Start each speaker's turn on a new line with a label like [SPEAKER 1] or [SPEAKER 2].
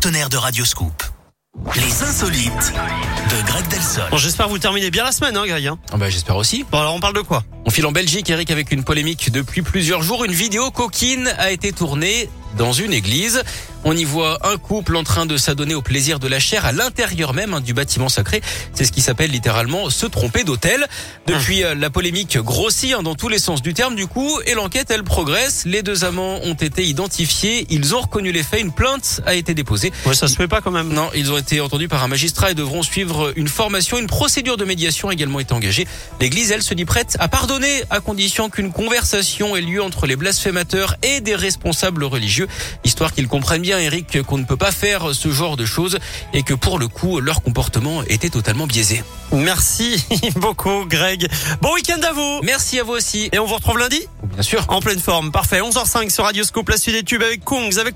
[SPEAKER 1] partenaire de Radioscoop. Les insolites de Greg Delsol.
[SPEAKER 2] Bon, j'espère que vous terminez bien la semaine, hein, Greg. hein.
[SPEAKER 3] Ah bah, J'espère aussi.
[SPEAKER 2] Bon, alors on parle de quoi
[SPEAKER 3] On file en Belgique, Eric, avec une polémique depuis plusieurs jours. Une vidéo coquine a été tournée dans une église. On y voit un couple en train de s'adonner au plaisir de la chair à l'intérieur même hein, du bâtiment sacré. C'est ce qui s'appelle littéralement se tromper d'hôtel. Depuis, euh, la polémique grossit hein, dans tous les sens du terme du coup et l'enquête, elle progresse. Les deux amants ont été identifiés. Ils ont reconnu les faits. Une plainte a été déposée.
[SPEAKER 2] Ouais, ça se fait pas quand même.
[SPEAKER 3] Non, ils ont été entendus par un magistrat et devront suivre une formation. Une procédure de médiation a également été engagée. L'Église, elle, se dit prête à pardonner à condition qu'une conversation ait lieu entre les blasphémateurs et des responsables religieux, histoire qu'ils comprennent bien, Eric, qu'on ne peut pas faire ce genre de choses et que pour le coup, leur comportement était totalement biaisé.
[SPEAKER 2] Merci beaucoup, Greg. Bon week-end à vous.
[SPEAKER 3] Merci à vous aussi.
[SPEAKER 2] Et on vous retrouve lundi
[SPEAKER 3] Bien sûr.
[SPEAKER 2] en pleine forme. Parfait. 11h05 sur Radio Scoop, la suite des tubes avec Kungs, avec